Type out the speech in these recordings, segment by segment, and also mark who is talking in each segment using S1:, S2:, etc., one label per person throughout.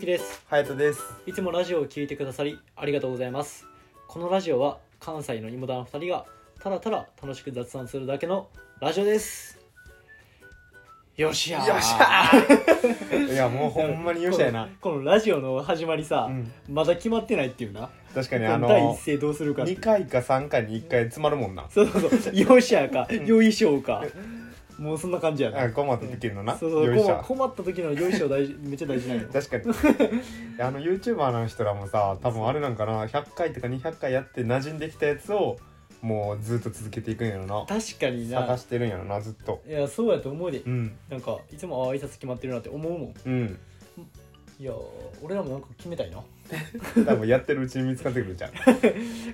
S1: です
S2: ハヤトです。
S1: いつもラジオを聞いてくださりありがとうございますこのラジオは関西の芋だの2人がただただ楽しく雑談するだけのラジオですよっしゃー
S2: よっしゃーいや、もうほんまによっしゃやな。
S1: このこのラジオの始まりさ、
S2: うん、
S1: まだ決まってないっていうな、
S2: 確かに
S1: こ
S2: あ
S1: の第
S2: の
S1: 一、声どうするかって
S2: 2回か3回に1回詰まるもんな。
S1: そうそうそうよっしゃーかよいしょーかもうそんな感じやな
S2: あ、困った時のな。
S1: そうそう
S2: よいしょ。
S1: 困った時のよいしょ大事 めっちゃ大事なんよ
S2: 確かにあの YouTuber の人らもさ多分あれなんかな100回とか200回やって馴染んできたやつをもうずっと続けていくんやろな
S1: 確かに
S2: 探
S1: な
S2: してるんやろなずっと
S1: いやそうやと思うで
S2: うん
S1: なんかいつもああ挨拶決まってるなって思うもん
S2: うん
S1: いやー俺らもなんか決めたいな
S2: 多分やってるうちに見つかってくるじ ゃん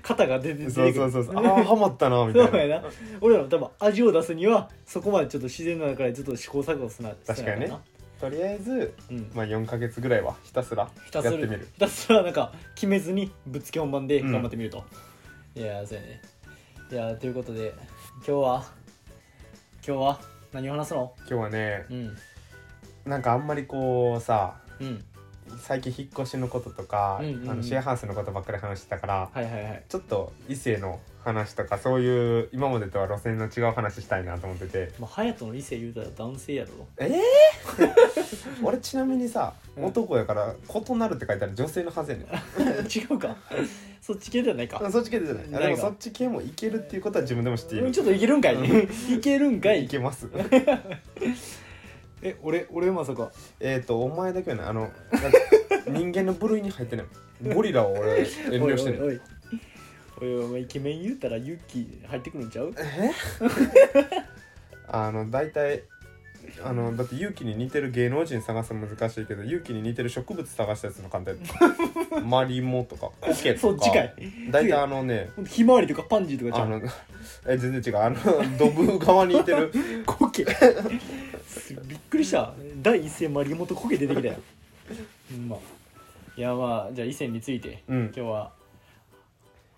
S1: 肩が出て出
S2: そう
S1: て
S2: そ
S1: く
S2: う
S1: る
S2: そうそうああハマったなみたいな
S1: そうやな俺らも多分味を出すにはそこまでちょっと自然の中でちょっと試行錯誤すな
S2: 確かにね
S1: せなあ
S2: とりあえず、
S1: かんなうん
S2: まあ、4か月ぐらいはひたすら
S1: ひ
S2: や
S1: たす
S2: って
S1: ら
S2: みる
S1: ひたすらなんか決めずにぶっつけ本番で頑張ってみると、いやーそうやねいやーということで今日は今日は何を話すの
S2: 今日はね
S1: うん
S2: なんかあんまりこうさ
S1: うん
S2: 最近引っ越しのこととか、
S1: うんうんうん
S2: あのシェアハウスのことばっかり話してたから、
S1: はいはいはい
S2: ちょっと異性の話とかそういう今までとは路線の違う話したいなと思ってて
S1: まあ隼人の異性言うたら男性やろ
S2: ええ 俺ちなみにさ、
S1: うん
S2: 男やから「異なる」って書いたら女性のはずやねん
S1: 違うかそっち系じゃないか
S2: そっち系じゃない
S1: ない
S2: でも
S1: か
S2: そっち系もいけるっていうことは自分でも知ってい
S1: うん
S2: る
S1: ちょっといけるんかい、
S2: う
S1: いけるんか
S2: い
S1: い
S2: けます
S1: え俺俺まさか
S2: えっとお前だけはねあのなんか 人間の部類に入ってないゴリラを俺遠慮してる
S1: おいおいおいおいおいお前イケメン言うたらユッキー入ってくるんちゃう
S2: えあの大体あのだって勇気に似てる芸能人探すの難しいけど勇気に似てる植物探したやつの簡単 やマリモとかコケ
S1: そ
S2: と
S1: っ
S2: か
S1: ちかい
S2: 大体あのね
S1: ほんとひまわりとかパンジーとかちゃ
S2: あ
S1: う
S2: のえ全然違うあのドブ側に似てる
S1: コケすびっくりした第一声マリモとコケ出てきたよほんまいやまあじゃあ異性について
S2: うん
S1: 今日は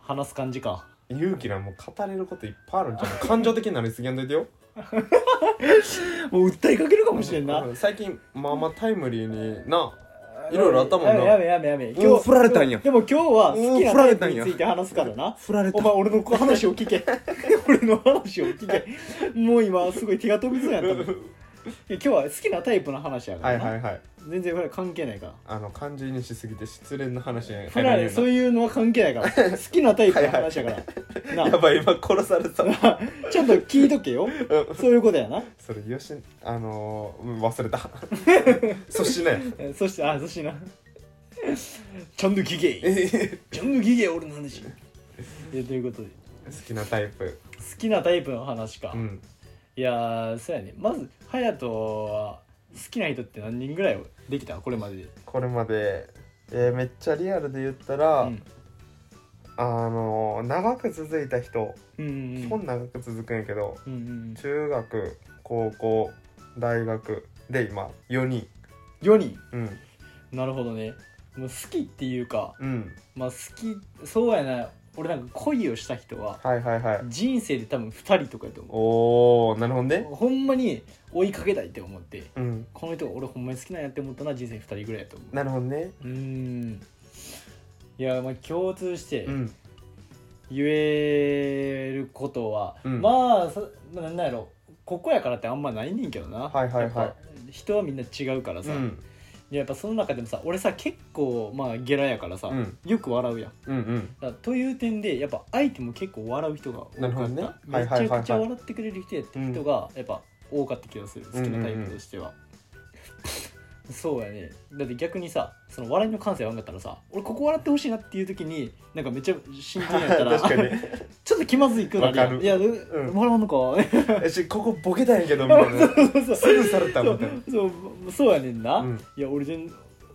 S1: 話す感じか
S2: 勇気なんもう語れることいっぱいあるんじゃん感情的になりすぎやんといてよ
S1: もう訴えかけるかもしれんな、
S2: うん最近まあまあタイムリーにないろいろあったもんな
S1: やめやめやめやめ
S2: うん振られたんや
S1: でも今日は好きなタイプ
S2: うん振られたん
S1: に
S2: や
S1: ついて話すからな
S2: 振られ
S1: お前俺の話を聞 け俺の話を聞けもう今すごい手が飛びそうやったもんいや今日は好きなタイプの話やか
S2: は
S1: ら
S2: い
S1: な、
S2: はいはい
S1: 全然これ関係ないから
S2: あの漢字にしすぎて失恋の話に
S1: フ
S2: 入
S1: ラ
S2: ら
S1: レ
S2: れ
S1: そう
S2: る
S1: いうのは関係ないから好きなタイプの話やから、
S2: なや
S1: な
S2: ばい今殺された
S1: あちょっと聞いとけよ
S2: うん
S1: そういうことやな
S2: それよしあのーうん忘 れたそしね
S1: えそしてあそしてなちゃんと聞け
S2: え
S1: ちゃんと聞け俺の話えということで
S2: 好きなタイプ
S1: 好きなタイプの話か、
S2: うん
S1: いやーそうやねまず隼人は好きな人って何人ぐらいできたこれまでで、
S2: これまで、えーめっちゃリアルで言ったら、
S1: うん
S2: あのー長く続いた人、
S1: うんうん
S2: 基本長く続くんやけど
S1: うんうん
S2: 中学高校大学で今4人
S1: 4人
S2: うん
S1: なるほどねもう好きっていうか
S2: うん
S1: まあ好きそうやな俺なんか恋をした人は
S2: はいはいはい
S1: 人生で多分2人とかやと思
S2: おおなるほどね
S1: うほんまに追いかけたいって思って
S2: うん
S1: この人俺ほんまに好きなんやって思ったのは人生2人ぐらいやと思
S2: なるほどね
S1: ううーんいやまあ共通して、
S2: うん
S1: 言えることは、
S2: うん
S1: まあさまあなんなんやろここやからってあんまないねんけどな、
S2: はいはいはい
S1: やっぱ人はみんな違うから
S2: う
S1: さ、
S2: ん
S1: でやっぱその中でもさ俺さ結構まあゲラやからさ、
S2: うん
S1: よく笑うやん
S2: うんうん
S1: だという点でやっぱ相手も結構笑う人が多か
S2: なる
S1: っ
S2: ほ
S1: た、
S2: どねは
S1: め
S2: い
S1: ち
S2: はいはいはい
S1: ゃくちゃ笑ってくれる人やって人がやっぱ多かった気がする、好きなタイプとしては、そうやねだって逆にさその笑いの感性悪かったらさ俺ここ笑ってほしいなっていう時になんかめっちゃ真剣やったら
S2: 確かに
S1: ちょっと気まずいくなるやん
S2: わかる
S1: いや、
S2: ん
S1: もらわんのか
S2: えしここボケたんやけどみたいな
S1: そうそう
S2: スルーされた
S1: そ
S2: みたいう
S1: そうそうやねんな、
S2: な、うん、
S1: いや俺全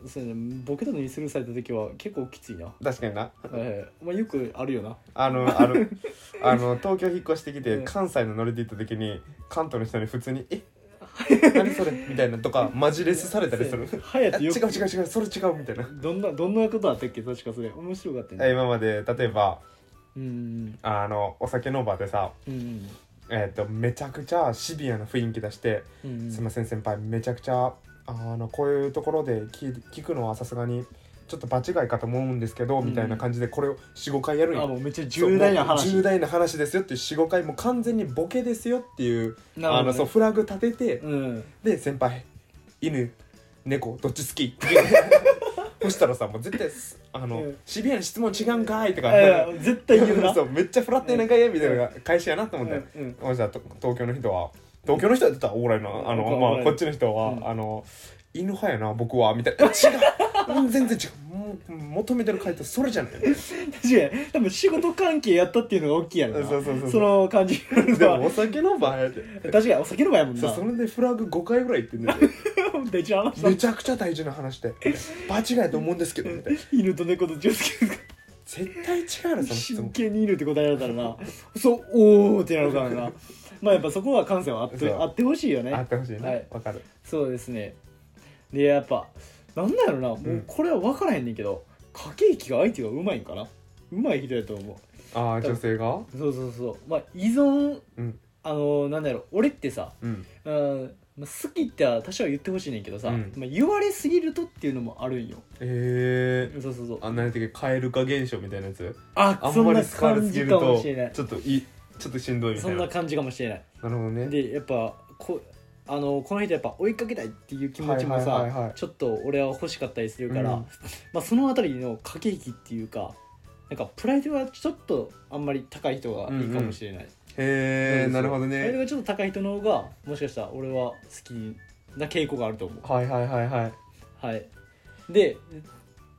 S1: そうやねボケたのにスルーされた時は結構きつい な、
S2: 確かにな
S1: ええまあよくあるよな
S2: あのあ るあの東京引っ越してきて
S1: うん
S2: 関西のノリで行った時に関東の人に普通に 「え何それ?」みたいなとかマジレスされたりする
S1: 早
S2: あ
S1: く
S2: 違う
S1: よ
S2: 違う違うそれ違うみたいな
S1: どんなどんなことあったっけ確かそれ面白かった
S2: え
S1: ね
S2: 今まで例えば
S1: うん
S2: あのお酒の場でさ
S1: うんうん
S2: えっとめちゃくちゃシビアな雰囲気出して
S1: うんう
S2: 「
S1: ん
S2: すいません先輩めちゃくちゃあのこういうところで聞い聞くのはさすがにちょっと場違いかと思うんですけど、
S1: うん
S2: みたいな感じでこれを45回やるん
S1: あ
S2: よ
S1: もうめっちゃ重大な
S2: そう
S1: 話
S2: もう重大な話ですよっていう45回もう完全にボケですよっていう
S1: なるほ
S2: あ
S1: どね
S2: のそうフラグ立てて、
S1: うん
S2: で先輩犬猫どっち好 きそしたらさもう絶対すあの、
S1: うん
S2: シビアな質問違うんかいとか、
S1: ええ絶対言うな
S2: そうめっちゃフラってなんかやみたいなのが返しやなと思って、
S1: うんうん
S2: じゃあと東京の人は東京の人は言ったらオーライなあの、
S1: うん
S2: ま
S1: オーラ
S2: あ、
S1: イ
S2: こっちの人は、
S1: うん
S2: あの犬派やな僕はみ たいな違ううん全然違うもう求めてる回答それじゃな い
S1: 確かに多分仕事関係やったっていうのが大きいやろな
S2: そうそうそう
S1: その感じ
S2: でもお酒の場合やで
S1: 確かにお酒の場合やもん
S2: そ
S1: な
S2: うそれでフラグ5回ぐらい言ってんだよ
S1: 大事な話だ
S2: めちゃくちゃ大事な話で場違いやと思うんですけどみたいな
S1: 犬と猫と女性が
S2: 絶対違うなその
S1: 真
S2: 質問
S1: 剣にいるって答えられたらなそうおーってなるからなまあやっぱそこは感性はあっ
S2: そう
S1: てあってほしいよね
S2: あってほしいね
S1: は
S2: わ、
S1: い
S2: かる
S1: そうですねでやっぱなんだろうなもうこれは分からへんねんけど、駆け引きが相手がうまいんかなうまい人やと思
S2: ああ女性が
S1: うそうそうそうまあ依存、
S2: うん
S1: あのなんだろう俺ってさ、
S2: うん
S1: うんまあ、好きっては多少は言ってほしいねんけどさ、
S2: うん
S1: まあ、言われすぎるとっていうのもあるんよ
S2: ええ
S1: そうそうそう
S2: あんなやつカエル化現象みたいなやつ
S1: あ
S2: あん
S1: そん
S2: ま
S1: な
S2: り使われ
S1: 感
S2: すぎ
S1: じ
S2: る
S1: かも
S2: と
S1: しれない
S2: ちょっといちょっとしんどいみた
S1: そ
S2: い
S1: ん
S2: な
S1: な感じかもしれない
S2: なるほどね
S1: でやっぱこあのこの人やっぱ追いかけたいっていう気持ちもさ、
S2: はいはいはいはい
S1: ちょっと俺は欲しかったりするから、
S2: うん
S1: まあ、その辺りの駆け引きっていうかなんかプライドがちょっとあんまり高い人がいいかもしれない、
S2: へ
S1: う
S2: え
S1: ん
S2: なるほど
S1: プライド
S2: ね
S1: がちょっと高い人の方がもしかしたら俺は好きな傾向があると思
S2: はいはいはいはいう
S1: はいで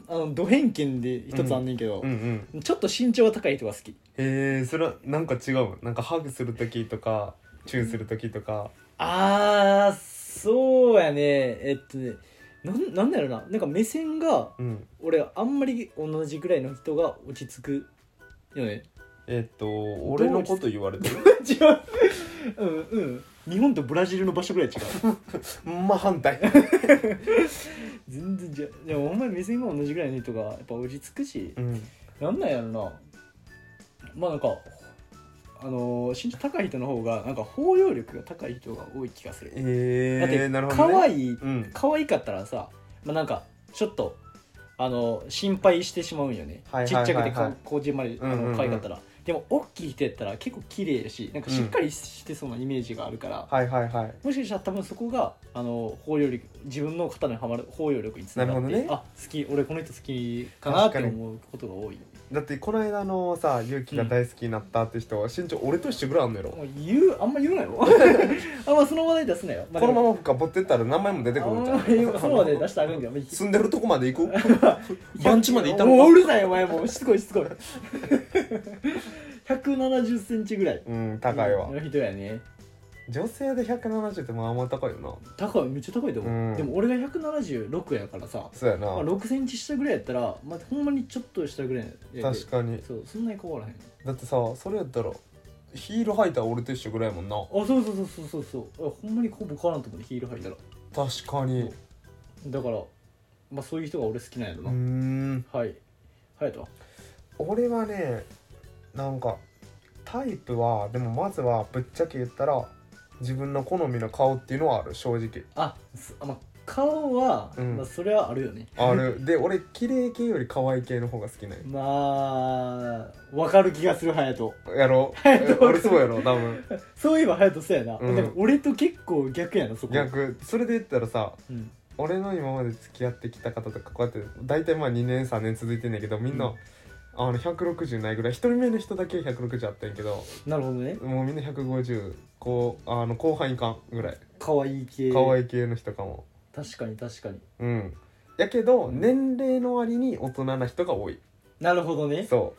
S1: あのド偏見で一つあんねんけど、
S2: うんうん
S1: ちょっと身長が高い人が好き
S2: へえそれはなんか違うなんかハグする時とかチューする時とか
S1: あーそうやねえっとねなんなんだろうななんか目線が
S2: うん
S1: 俺あんまり同じぐらいの人が落ち着くよね
S2: えっと俺のこと言われてる
S1: 違ううんうん日本とブラジルの場所ぐらい違う
S2: まあ反対
S1: 全然違うでもほんまに目線が同じぐらいの人がやっぱ落ち着くし
S2: うん
S1: なんなんやろなまあなんかあのー身長高い人の方がなんか包容力が高い人が多い気がするだっ
S2: え
S1: て
S2: えなるほどね
S1: 可愛い
S2: うん
S1: 可愛かったらさ、まあ、なんかちょっとあの心配してしまうんよね、
S2: はいはい
S1: ち
S2: はいは
S1: っ
S2: い
S1: ちゃくてかこじんまりあ
S2: うんうんう
S1: の
S2: ん
S1: 可愛かったら、でも大きい人やったら結構綺麗やしなんかしっかりしてそうなイメージがあるから、
S2: はいはいはい
S1: もしかしたら多分そこがあの包容力自分の肩にはまる包容力につながって、
S2: なるほどね
S1: あ好き俺この人好きかなって
S2: 確かに
S1: 思うことが多い
S2: だってこの間のさ勇気が大好きになったって人は身長俺と一緒ぐらいあんのやろ
S1: もう言うあんま言うな よあんまその話題出すなよ、
S2: このまま深掘ってったら名前も出てくるんじゃ
S1: あんま言うその話題出したらあかんけど
S2: 住んでるとこまで行 く番地まで行ったの
S1: もうう
S2: か
S1: るさいお前もうしつこいしつこい170センチぐらい
S2: うん高いわ
S1: の人やね
S2: 女性で170ってまあまあ高いよな
S1: 高いめっちゃ高いと思う、
S2: うん
S1: でも俺が176やからさ、
S2: そうや
S1: まあ、
S2: な
S1: 6センチ下ぐらいやったら、まあ、ほんまにちょっと下ぐらいやで
S2: 確かに
S1: そうそんなに変わらへんあ
S2: だってさそれやったらヒール履いたら俺と一緒ぐらいやもんな
S1: そうそうそうそうそうそうあほんまにほぼ変わらんと思うねヒール履いたら
S2: 確かにう
S1: だからまあそういう人が俺好きなんやろ
S2: ー
S1: な、
S2: ん
S1: はい隼人は
S2: 俺はねなんかタイプはでもまずはぶっちゃけ言ったら自分の好みの顔っていうのはある正直
S1: あすあまあ顔は、
S2: うん
S1: まあ、それはあるよね
S2: あ るで俺綺麗系より可愛い系の方が好きなんよ
S1: まあわかる気がする隼人
S2: や ろ俺そうやろ多分
S1: そういえば隼人そうやな、
S2: うん
S1: でも俺と結構逆やなそこ、
S2: 逆それで言ったらさ
S1: うん、
S2: 俺の今まで付き合ってきた方とかこうやって大体まあ2年3年続いてんだけどみんな、
S1: うん
S2: あの160ないぐらい1人目の人だけ160あったんやけど
S1: なるほどね
S2: もうみんな150こうあの後半いかんぐらい
S1: 可愛い系
S2: 可愛い系の人かも
S1: 確かに確かに
S2: うんやけど、
S1: うん
S2: 年齢の割に大人な人が多い
S1: なるほどね
S2: そ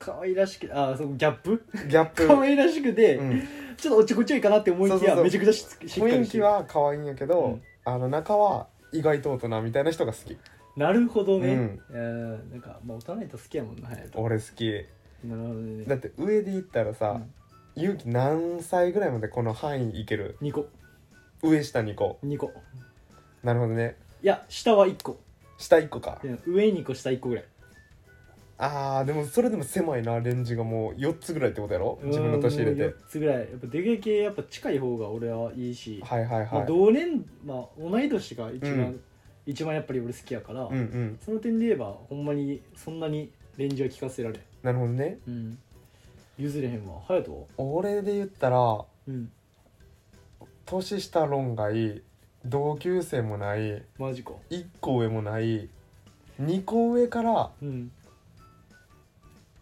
S1: 可愛らしくあそのギャップ
S2: うギャップ
S1: 可愛らしくで、
S2: うん、
S1: ちょっとおっちょこちょいかなって思いきや
S2: そうそうそう
S1: めちゃくちゃししっかりしてる
S2: 雰囲気は可愛いんやけど、
S1: うん
S2: あの中は意外と大人みたいな人が好き
S1: なるほどね、
S2: う
S1: うんん、なんかまあ大人にと好きやもんな隼人
S2: 俺好き
S1: なるほどね
S2: だって上で言ったらさ、勇気何歳ぐらいまでこの範囲いける
S1: 2個
S2: 上下2個
S1: 2個
S2: なるほどね
S1: いや下は1個
S2: 下1個か
S1: うん上2個下1個ぐらい
S2: あーでもそれでも狭いなレンジがもう4つぐらいってことやろ自分の年入れ
S1: うんも
S2: て
S1: う4つぐらいやっぱでけえ系やっぱ近い方が俺はいいし、
S2: はいはい
S1: ま
S2: は
S1: あ、
S2: い
S1: 同年、まあ、同い年が一番、
S2: うん
S1: 一番やっぱり俺好きやから、
S2: うんうん
S1: その点で言えばほんまにそんなにレンジは聞かせられん
S2: なるほどね
S1: うん譲れへんわ隼人は
S2: 俺で言ったら
S1: うん
S2: 年下論外同級生もない
S1: マジか
S2: 1個上もない2個上から
S1: うん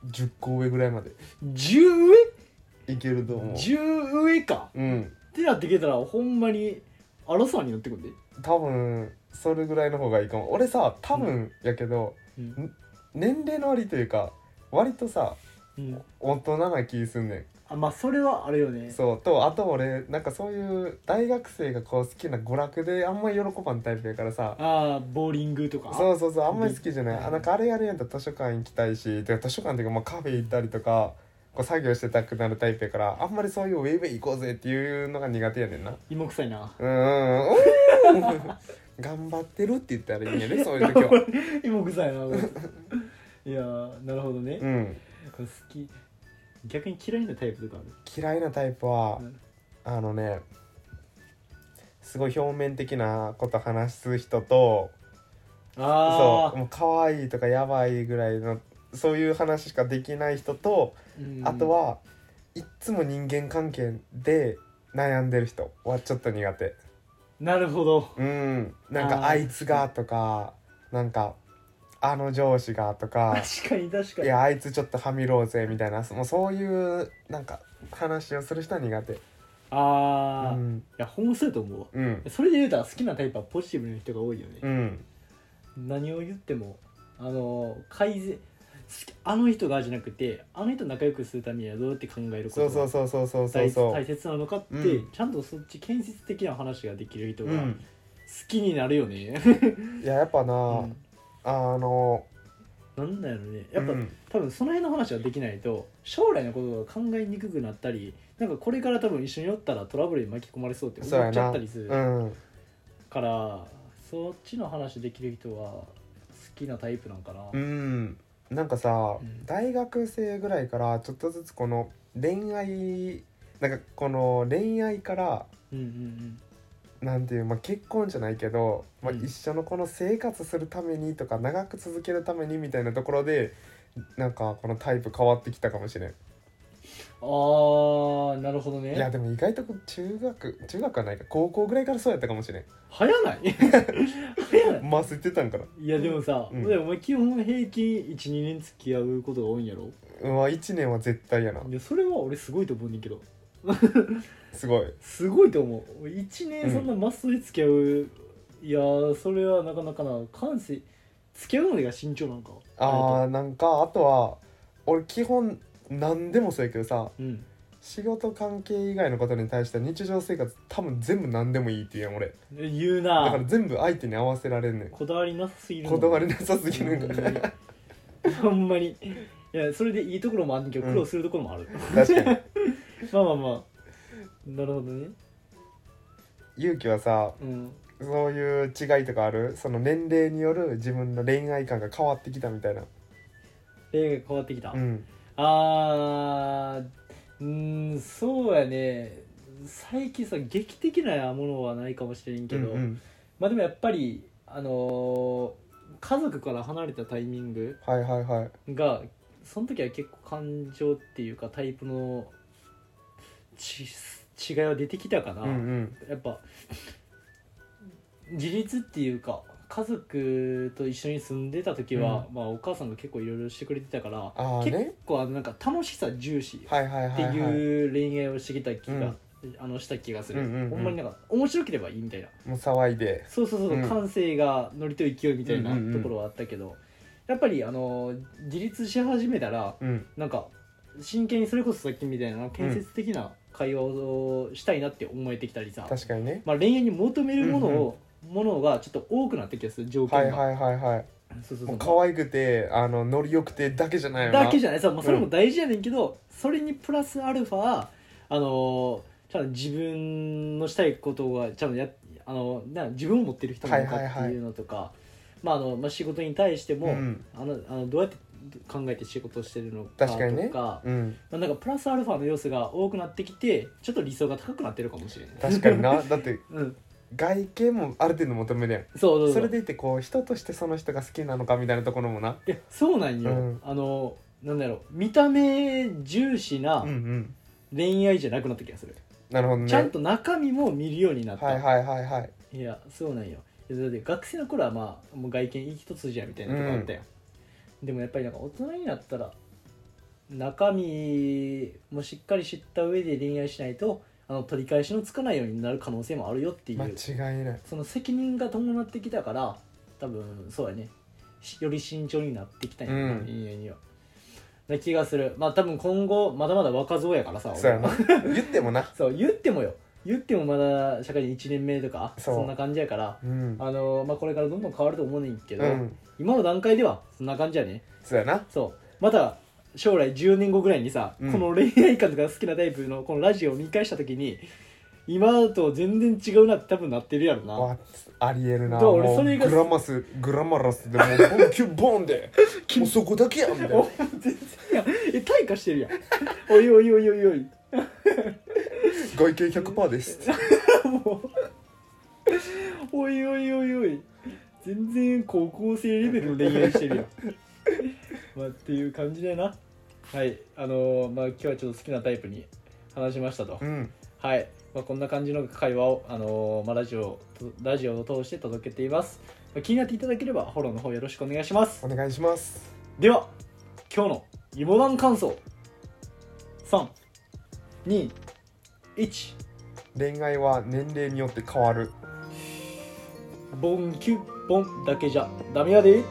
S2: 10個上ぐらいまで
S1: 10上
S2: いけると思う
S1: ?10 上か
S2: うん
S1: ってなってきたらほんまに争いになってくんで
S2: 多分それぐらいの方がいいかも俺さ多分やけど、
S1: うん、
S2: 年齢の割というか割とさ
S1: うん、
S2: 大人な気すんね
S1: あまあそれはあれよね
S2: んそうとあと俺なんかそういう大学生がこう好きな娯楽であんまり喜ばんタイプやからさ
S1: ああボーリングとか
S2: そうそうそうあんまり好きじゃない
S1: うん
S2: あなんかあれやるんやったら図書館行きたいしてか図書館っていうかまあカフェ行ったりとかこう作業してたくなるタイプやからあんまりそういうウェイウェイ行こうぜっていうのが苦手やねんな
S1: 芋臭いな
S2: うんうんうんうん頑張ってるって言ったらいいんや ねそういう時は
S1: 芋臭 いなこれいやーなるほどね、
S2: うん
S1: 好き逆に嫌いなタイプとかあ
S2: 嫌いなタイプは
S1: る、うん
S2: あのねすごい表面的なこと話す人と
S1: あ
S2: そうもう可愛いとかやばいぐらいのそういう話しかできない人と、
S1: う、うん
S2: あとはいっつも人間関係で悩んでる人はちょっと苦手
S1: なるほど
S2: うんなん
S1: あ
S2: か
S1: ー
S2: あいつがとかなんかあの上司がとか
S1: 確かに確か
S2: い
S1: に
S2: やあいつちょっとはみろうぜみたいなそもうそういうなんか話をする人は苦手う
S1: ああ、い
S2: ん
S1: やほんまそうやと思うわ
S2: うん
S1: それで言うたら好きなタイプはポジティブな人が多いよね
S2: う、ん
S1: 何を言ってもあの改善好きあの人がじゃなくてあの人仲良くするためにはどうやって考えるこ
S2: そう
S1: と
S2: そう
S1: が
S2: そうそうそうそう
S1: 大
S2: そう
S1: 大切なのかって、
S2: うん
S1: ちゃんとそっち建設的な話ができる人が
S2: う
S1: 好
S2: ん
S1: きになるよね、
S2: いややっぱな、
S1: うん
S2: あの
S1: なんだよねやっぱ、
S2: うん
S1: 多分その辺の話ができないと将来のことが考えにくくなったりなんかこれから多分一緒におったらトラブルに巻き込まれそうって
S2: そう
S1: 思
S2: や
S1: っちゃ
S2: な
S1: っ
S2: う
S1: たりする
S2: ん
S1: からそっちの話できる人は好きなタイプなんかな、
S2: うんなんかさ、
S1: うん
S2: 大学生ぐらいからちょっとずつこの恋愛なんかこの恋愛から
S1: うんうん
S2: なんていう、まあ、結婚じゃないけど、まあ、
S1: うん
S2: 一緒のこの生活するためにとか長く続けるためにみたいなところでなんかこのタイプ変わってきたかもしれん
S1: うんああなるほどね
S2: いやでも意外と中学中学はないか高校ぐらいからそうやったかもしれん
S1: 早ない 早ない
S2: マスってたんかない
S1: やでもさ、
S2: うん
S1: お前基本平均12年付き合うことが多いんやろ
S2: うんまあ1年は絶対やない
S1: やそれは俺すごいと思うねんだけど
S2: すごい
S1: すごいと思う1
S2: うん
S1: 年そんなマストで付き合う、いやーそれはなかなかな感性付き合うのが慎重なんか
S2: あ
S1: あ
S2: ーなんかあとは俺基本何でもそうやけどさ
S1: れとうん
S2: 仕事関係以外のことに対しては日常生活多分全部何でもいいって言うやん俺
S1: 言う
S2: だか
S1: な
S2: ら全部相手に合わせられんねん
S1: こだわりなさすぎる
S2: こだわり
S1: な
S2: なさすぎるんだ
S1: ほんまにいやそれでいいところもあるけど苦労するところもある、
S2: 確かに
S1: まあまあまあなるほどね
S2: 勇気はさ
S1: うん
S2: そういう違いとかあるその年齢による自分の恋愛観が変わってきたみたいな
S1: 例が変わってきた、
S2: うん
S1: あーうーんそうやね最近さ劇的なものはないかもしれんけど、
S2: うんうん
S1: まあでもやっぱりあのー家族から離れたタイミング
S2: はいはいはい
S1: がその時は結構感情っていうかタイプのち違いは出てきたかな、
S2: うんうん
S1: やっぱ自立っていうか家族と一緒に住んでた時は、まあ、お母さんが結構いろいろしてくれてたから
S2: あーね
S1: 結構あのなんか楽しさ重視
S2: はいはい
S1: っ
S2: は
S1: て
S2: いはい
S1: いう恋愛をしてきた気が、あのした気がする、
S2: うんうんうん
S1: ほんまになんか面白ければいいみたいな
S2: もう騒いで
S1: そうそうそう、
S2: うん
S1: 感性がノリと勢いみたいな
S2: うんうんうん
S1: ところはあったけど、やっぱりあの自立し始めたら
S2: うん
S1: なんか真剣にそれこそさっきみたいな建設的な会話をしたいなって思えてきたりさ、
S2: 確かにね
S1: まあ、恋愛に求めるものを、ものがちょっと多くなってきたりする条
S2: は
S1: 件
S2: い
S1: が、
S2: はいはいはい
S1: そうそうそ
S2: もう
S1: う
S2: 可愛くてあのノリ良くてだけじゃないよな
S1: だけじゃないそう、まあ、
S2: ん
S1: それも大事やねんけど、それにプラスアルファあのーちゃんと自分のしたいことがちゃんとやあのな自分を持ってる人なのか
S2: はいはいは
S1: っ
S2: い
S1: ていうのとかまああのまあ仕事に対しても、
S2: うん
S1: あのあのどうやって考えて仕事してるのかと
S2: 確
S1: か
S2: かにねうん
S1: まあなんかプラスアルファの要素が多くなってきてちょっと理想が高くなってるかもしれない
S2: 確かになだって
S1: うん
S2: 外見もある程度求めるやん
S1: そうそうそう
S2: それでいてこう人としてその人が好きなのかみたいなところもない
S1: やそうなんよ、
S2: うん
S1: あのなんだろう見た目重視な
S2: うんうん
S1: 恋愛じゃなくなった気がする、
S2: なるほどね
S1: ちゃんと中身も見るようになった、
S2: はいはいはいはい
S1: いやそうなんよいやだって学生の頃はまあもう外見一つじゃみたいなとこあったよ、でもやっぱりなんか大人になったら中身もしっかり知った上で恋愛しないとあの取り返しのつかないようになる可能性もあるよっていう、
S2: 間違いない
S1: その責任が伴ってきたから多分そうやねしより慎重になってきたんやな、
S2: うん
S1: 恋愛にはな気がするまあ多分今後まだまだ若造やからさ
S2: そうやな
S1: 俺
S2: 言ってもな
S1: そう言ってもよ言ってもまだ社会人1年目とか
S2: そ
S1: そうそんな感じやから
S2: うん
S1: あのまあ、これからどんどん変わると思うねんけど、
S2: うん
S1: 今の段階ではそんな感じやね
S2: そうやな
S1: そうまた将来10年後ぐらいにさ、
S2: うん
S1: この恋愛観とか好きなタイプのこのラジオを見返した時に今と全然違うなって多分なってるやろな
S2: わありえるな
S1: どう俺
S2: もう
S1: それが
S2: グラマスグラマラスでもうボンキュッボ ンでもうそこだけやみたいな
S1: お 全然やんえ退化してるやんおいおいおいおいおい
S2: 外見100%です
S1: もうおいおいおいおい全然高校生レベルの恋愛してるやん まあっていう感じだよなはいあのーまあ今日はちょっと好きなタイプに話しましたと、
S2: うん
S1: はい、まあ、こんな感じの会話を、あのーまあ、ラジオラジオを通して届けています、まあ、気になっていただければフォローの方よろしくお願いします
S2: お願いします
S1: では今日のイモダン感想321
S2: 恋愛は年齢によって変わる
S1: ボンキュッボンだけじゃダメやで